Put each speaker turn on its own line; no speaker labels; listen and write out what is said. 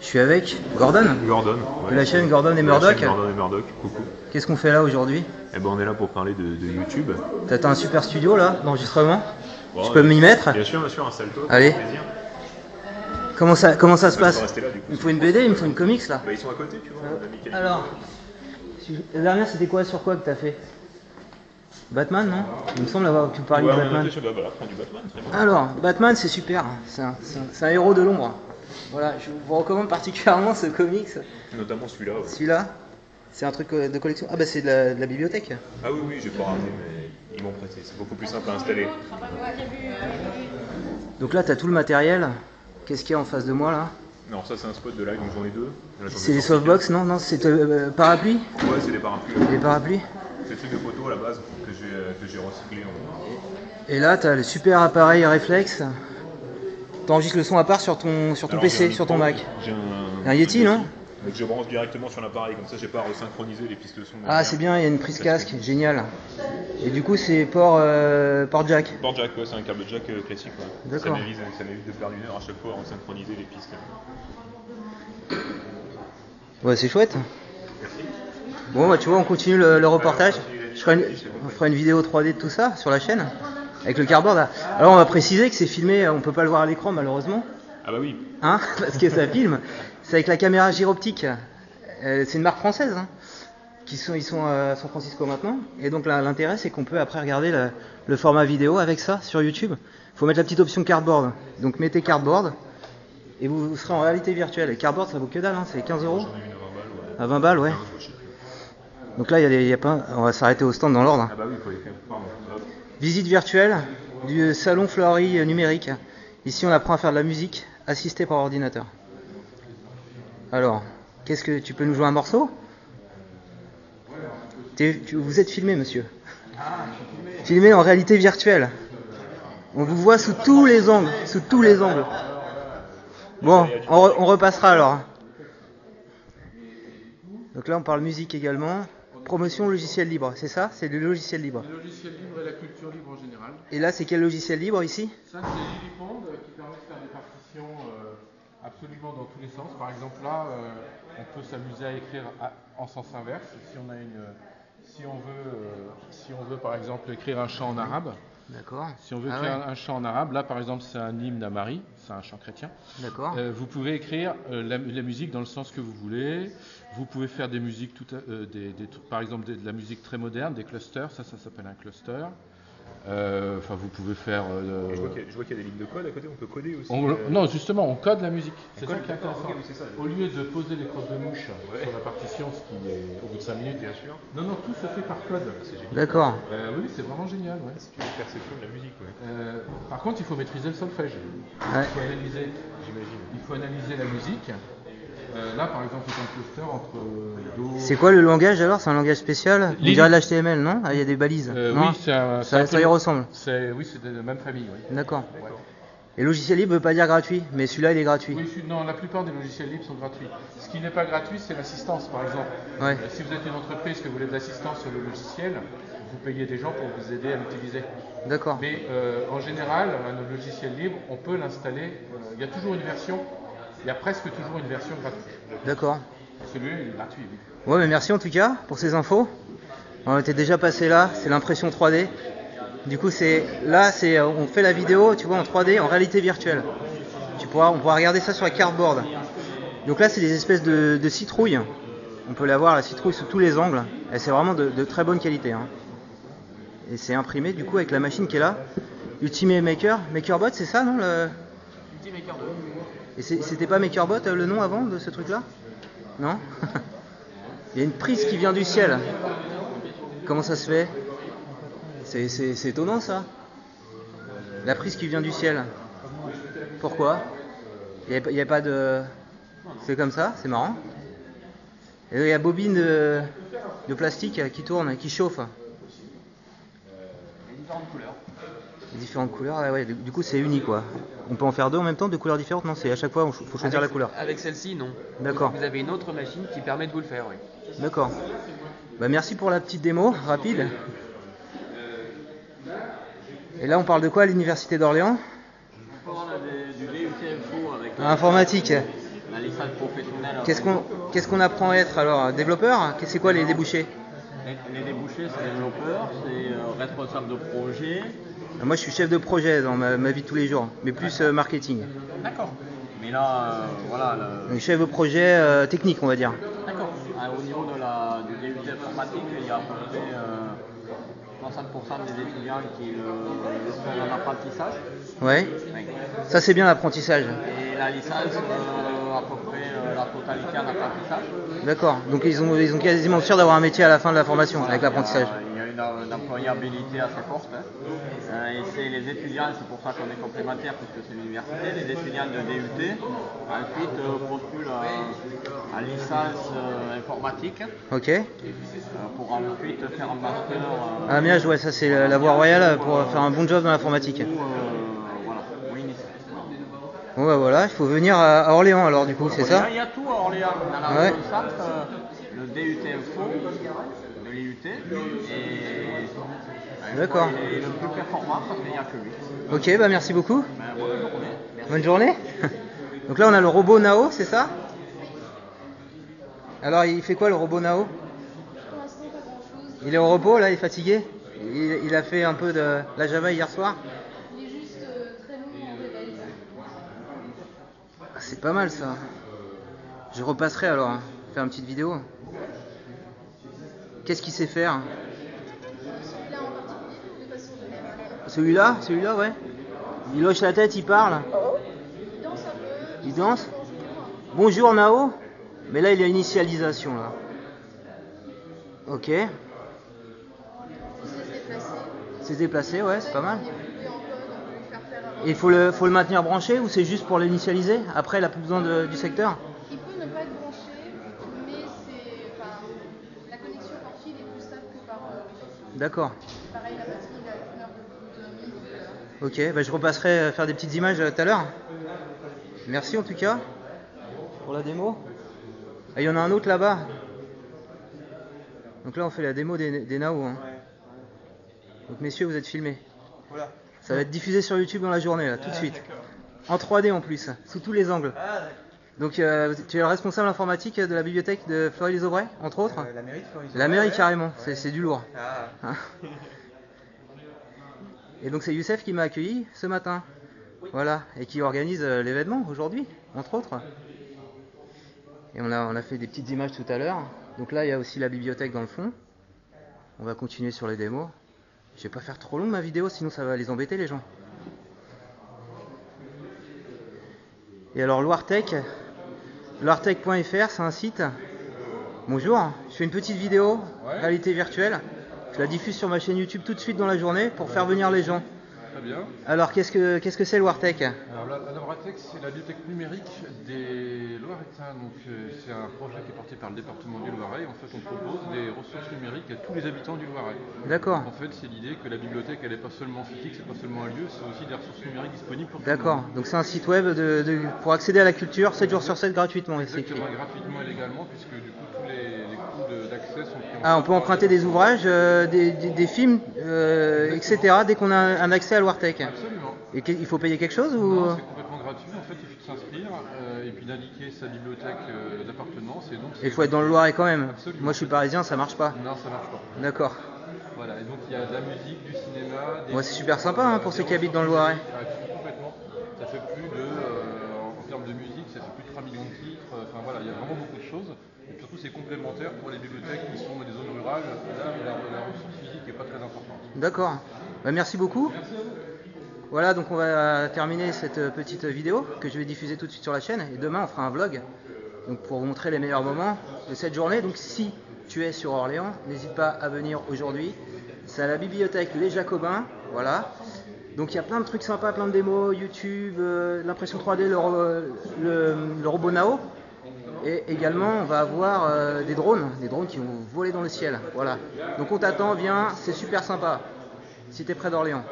Je suis avec Gordon
Gordon.
de la chaîne Gordon et
De la chaîne
Murdoch.
Gordon et Murdoch, coucou.
Qu'est-ce qu'on fait là aujourd'hui
Eh ben on est là pour parler de, de YouTube.
T'as un super studio là d'enregistrement
Bon,
Je peux
euh,
m'y mettre
Bien sûr, bien sûr, un salto.
Allez.
Plaisir.
Comment ça, comment ça se
Bah, je
passe
peux rester là, du coup.
Il me faut une BD, il me faut une comics là.
Bah, ils sont à côté, tu vois. on a mis quelques-
Alors, la dernière c'était quoi sur quoi que t'as fait Batman non Il me semble avoir que tu parlais
Ouais,
de
on a
Batman.
noté, bah, voilà, prends du Batman, très bien.
Alors, Batman c'est super, hein. c'est un, c'est un- c'est un héros de l'ombre. Voilà, je vous recommande particulièrement ce comics,
Notamment celui-là. ouais.
celui-là. C'est un truc euh, de collection. Ah bah c'est de la- de la bibliothèque.
Ah oui, oui, j'ai pas ramené, mais ils m'ont prêté. C'est beaucoup plus simple à installer.
Donc là, t'as tout le matériel. Qu'est-ce qu'il y a en face de moi là
Non, ça c'est un spot de live, donc j'en ai deux. Là, j'en ai
C'est des
sorti
softbox, non Non, c'est euh, parapluie
quelques- Ouais, c'est des parapluies.
Les parapluies
C'est des trucs de photos à la base que j'ai, euh, que j'ai recyclé. en-
Et là, t'as le super appareil réflexe. T'enregistres le son à part sur ton, sur ton
Alors, j'ai
PC,
un
sur ton
micro,
Mac.
J'ai un,
Un Yeti, non
Donc je branche directement sur l'appareil, comme ça j'ai pas à resynchroniser les pistes de son.
Ah, c'est bien, il y a une prise casque, génial. Et du coup, c'est port, euh, port jack.
Port jack, ouais, c'est un câble jack euh, classique. ouais.
D'accord.
Ça m'évite, ça m'évite de perdre une heure à chaque fois à resynchroniser les pistes.
Ouais, c'est chouette. Bon, bah, tu vois, on continue le, le reportage. Je ferai une, on fera une vidéo 3D de tout ça sur la chaîne, avec le cardboard. là. Alors, on va préciser que c'est filmé, on peut pas le voir à l'écran malheureusement.
Ah bah oui,
Hein Parce que ça filme. C'est avec la caméra gyroptique. Euh, c'est une marque française. hein, qui sont, ils sont à San Francisco maintenant. Et donc là, l'intérêt, c'est qu'on peut après regarder le, le format vidéo avec ça sur YouTube. faut mettre la petite option cardboard. Donc mettez cardboard. Et vous, vous serez en réalité virtuelle. Et cardboard, ça vaut que dalle. hein, c'est 15 euros.
j'en ai une
À
à 20 balles, ouais.
20 balles, ouais.
Je sais plus.
Donc là, il y a des- il y a pas, on va s'arrêter au stand dans l'ordre. hein.
Ah bah oui, faut les faire. Pardon. Hop.
Visite virtuelle du salon Fleury numérique. Ici, on apprend à faire de la musique assistée par ordinateur. Alors, qu'est-ce que tu peux nous jouer un morceau T'es- tu- Vous êtes filmé, monsieur. filmé en réalité virtuelle. On vous voit sous tous les angles, sous tous les angles. Bon, on, re- on repassera alors. Donc là, on parle musique également. Promotion logiciel libre, c'est ça C'est du logiciel libre.
Le logiciel libre et la culture libre en général.
Et là, c'est quel logiciel libre ici
Ça, c'est Lilipond euh, qui permet de faire des partitions euh, absolument dans tous les sens. Par exemple, là, euh, on peut s'amuser à écrire à- en sens inverse. Si on, a une, euh, si, on veut, euh, si on veut, par exemple, écrire un chant en arabe,
D'accord.
si on veut
Ah
écrire
ouais,
un, un chant en arabe, là, par exemple, c'est un hymne à Marie, c'est un chant chrétien.
D'accord.
Euh, vous pouvez écrire euh, la, la musique dans le sens que vous voulez. Vous pouvez faire des musiques, tout à- euh, des, des trucs- par exemple des- de la musique très moderne, des clusters, ça, ça s'appelle un cluster. Euh, Enfin, vous pouvez faire. euh,
Je vois qu'il y a- je vois qu'il y a des lignes de code à côté, on peut coder aussi.
on-
euh,
non, justement, on code la musique. C'est ça
code,
qui est
d'accord,
intéressant.
Ah, ok, oui, c'est ça.
Au lieu de poser les crosses de mouche
Ouais.
sur la partition, ce qui est au bout de 5 minutes.
Bien sûr.
Non, non, tout se fait par code.
C'est génial.
D'accord.
Euh, oui, c'est vraiment génial. ouais.
C'est une perception de la musique, ouais.
Euh, par contre, il faut maîtriser le solfège.
Ouais.
Il faut analyser
J'imagine.
il faut analyser la musique. Euh, là, par exemple, c'est un cluster entre euh, Do.
C'est quoi le langage alors C'est un langage spécial On
Lily.
dirait de l'HTML, non Ah, il y a des balises.
Euh,
non
oui, c'est un. c'est
ça,
un
ça y
peu-
ressemble.
c'est- Oui, c'est de la même famille. Oui.
D'accord.
D'accord.
Et logiciel libre veut pas dire gratuit, mais celui-là, il est gratuit.
Oui, je suis- non, la plupart des logiciels libres sont gratuits. Ce qui n'est pas gratuit, c'est l'assistance, par exemple.
Ouais.
Euh, Si vous êtes une entreprise que vous voulez de l'assistance sur le logiciel, vous payez des gens pour vous aider à l'utiliser.
D'accord.
Mais euh, en général, un logiciel libre, on peut l'installer. euh, Il y a toujours une version. Il y a presque toujours une version gratuite.
D'accord.
Celui-là, il est gratuit. oui.
Ouais, mais merci en tout cas pour ces infos. On était déjà passé là, c'est l'impression 3D. Du coup, c'est là, c'est euh, on fait la vidéo, tu vois, en 3D, en réalité virtuelle. Tu pourras, on pourra regarder ça sur la cardboard. Donc là, c'est des espèces de, de citrouilles. On peut la voir, la citrouille, sous tous les angles. Et c'est vraiment de, de très bonne qualité. hein. Et c'est imprimé, du coup, avec la machine qui est là. Ultimate Maker, MakerBot, c'est ça, non le... Et c'est- c'était pas MakerBot euh, le nom avant de ce truc-là Non Il y a une prise qui vient du ciel. Comment ça se fait C'est- C'est c'est étonnant ça. La prise qui vient du ciel. Pourquoi Il n'y a, pas de... C'est comme ça, c'est marrant. Et il y a bobine de, de plastique qui tourne, qui chauffe. Différentes couleurs, ouais, ouais, du- du coup c'est uni quoi. On peut en faire deux en même temps, de couleurs différentes Non, c'est à chaque fois, il faut choisir la
Avec-
couleur.
Avec celle-ci, non.
D'accord.
Vous avez une autre machine qui permet de vous le faire, oui.
D'accord. Bah, merci pour la petite démo rapide. Et là, on parle de quoi à l'université d'Orléans
On parle du DUTFO avec
Informatique.
On a les salles professionnelles.
Qu'est-ce qu'on qu'est-ce qu'on apprend à être alors Développeur Qu'est- C'est quoi les débouchés
les, les débouchés, c'est développeur, c'est euh, responsable de projet.
Bah, Moi, je suis chef de projet dans ma, ma vie de tous les jours, mais plus euh, marketing.
D'accord. Mais là, euh, voilà, le-
Donc, chef de projet euh, technique, on va dire.
d'accord. Ah, au niveau de la, du DUT informatique, il y a à peu près euh, 60% des étudiants qui le, le font en apprentissage.
Ouais.
Ouais.
Ça, c'est bien l'apprentissage.
Et la licence, euh, à peu près euh, la totalité en apprentissage.
D'accord. Donc, ils ont, ils ont quasiment sûr d'avoir un métier à la fin de la formation avec l'apprentissage.
Il y a- il y a une, une employabilité assez forte. hein. Euh, et c'est les étudiants, c'est pour ça qu'on est complémentaires, puisque c'est l'université, les étudiants de DUT, ensuite euh, postulent à, à licence euh, informatique
Ok.
euh, pour ensuite faire un master. euh,
Ah, bien ouais, ça, c'est la, la voie royale pour faire un bon job dans l'informatique.
ou, euh, voilà, ou initié.
Bon, bah voilà, il faut venir à, à Orléans alors, du coup, c'est ça
Il y a tout à Orléans, dans la
Ouais.
région centre, euh, le DUT Info, de l'IUT, et
D'accord.
euh, il est le plus performant parce qu'il n'y a que lui.
Ok, bah merci beaucoup.
Ben, bonne journée. Merci.
Bonne journée. Donc là, on a le robot Nao, c'est ça Alors, il fait quoi le robot Nao
Pour l'instant, pas grand-chose.
Il est au repos là, il est fatigué il, il a fait un peu de la Java hier soir
Il est juste euh, très long en réveil.
Ah, C'est pas mal ça. Je repasserai alors, hein, faire une petite vidéo. Qu'est-ce qu'il sait faire
Celui-là en particulier ou de façon générale
Celui-là Celui-là, ouais. Il hoche la tête, il parle.
Il danse un peu.
Il danse
Bonjour.
Bonjour Nao Mais là, il y a initialisation là. Ok.
Il se laisse déplacer.
C'est déplacé, ouais, c'est pas mal.
Il est plus en code, on peut lui faire faire un-
Et il faut le, faut le maintenir branché ou c'est juste pour l'initialiser Après, il a plus besoin de- du secteur
Il peut ne pas être branché, mais c'est. Enfin, la connexion par fil est plus stable que par. euh, Bluetooth.
D'accord.
pareil, la batterie, il a une heure d'autonomie. donc, euh,
Ok, bah je repasserai euh, faire des petites images euh, tout à l'heure. Merci en tout cas pour la démo. Ah, Il y en a un autre là-bas. Donc là, on fait la démo des, des Nao. hein. Donc messieurs, vous êtes filmés. Ça va être diffusé sur YouTube dans la journée, là, tout
Ah,
de suite. En 3D en plus, sous tous les angles. Donc euh, tu es le responsable informatique de la bibliothèque de Fleury-les-Aubrais, entre autres
Euh, La mairie de Fleury.
La mairie carrément, c'est c'est du lourd.
Ah,
Hein Et donc c'est Youssef qui m'a accueilli ce matin. Voilà, et qui organise euh, l'événement aujourd'hui, entre autres. Et on a, on a fait des petites images tout à l'heure. Donc là, il y a aussi la bibliothèque dans le fond. On va continuer sur les démos. Je vais pas faire trop long ma vidéo, sinon ça va les embêter les gens. Et alors Loiretech, loiretech.fr, c'est un site. Bonjour, je fais une petite vidéo,
Ouais.
réalité virtuelle. Je la diffuse sur ma chaîne YouTube tout de suite dans la journée pour faire venir les gens.
Très bien.
Alors qu'est-ce que qu'est-ce que c'est Loiretech
Alors, la, la Novatex, c'est la bibliothèque numérique des Loiretains. Donc, euh, c'est un projet qui est porté par le département du Loiret. En fait, on propose des ressources numériques à tous les habitants du Loiret.
D'accord.
En fait, c'est l'idée que la bibliothèque, elle n'est pas seulement physique, c'est pas seulement un lieu, c'est aussi des ressources numériques disponibles pour tout le
D'accord,
monde.
donc c'est un site web de, de- pour accéder à la culture 7 jours sur 7 gratuitement, c'est écrit.
Exactement, et gratuitement et légalement, puisque du coup, tous les, les coûts de- d'accès sont pris en
Ah, on
charge
peut
par
emprunter
les-
des ouvrages, euh, des, des- des films, euh, etc. dès qu'on a un accès à Loiretech.
Absolument.
Et qu- il faut payer quelque chose ou euh.
Non, C'est complètement gratuit, en fait il suffit de s'inscrire euh, et puis d'indiquer sa bibliothèque euh, d'appartenance et donc c'est-
Il faut être dans le Loiret quand même.
Absolument.
Moi je suis parisien, ça marche pas.
Non ça marche pas.
D'accord.
Voilà, et donc il y a de la musique, du cinéma, des...
Ouais, c'est super sympa, hein, pour
des
ceux qui habitent dans le
ressources
Loiret.
numériques. Ah, complètement. Ça fait plus de euh, en termes de musique, ça fait plus de 3 millions de titres, enfin voilà, il y a vraiment beaucoup de choses. Et surtout c'est complémentaire pour les bibliothèques qui sont dans les zones rurales, là la, la ressource physique n'est pas très importante.
D'accord. Bah, merci beaucoup. Voilà, donc on va terminer cette petite vidéo que je vais diffuser tout de suite sur la chaîne. Et demain, on fera un vlog donc pour vous montrer les meilleurs moments de cette journée. Donc si tu es sur Orléans, n'hésite pas à venir aujourd'hui. C'est à la bibliothèque Les Jacobins. Voilà. Donc il y a plein de trucs sympas, plein de démos, YouTube, euh, l'impression 3D, le, ro- le- le robot Nao. Et également, on va avoir euh, des drones, des drones qui vont voler dans le ciel. Voilà. Donc on t'attend, viens, c'est super sympa si t'es près d'Orléans.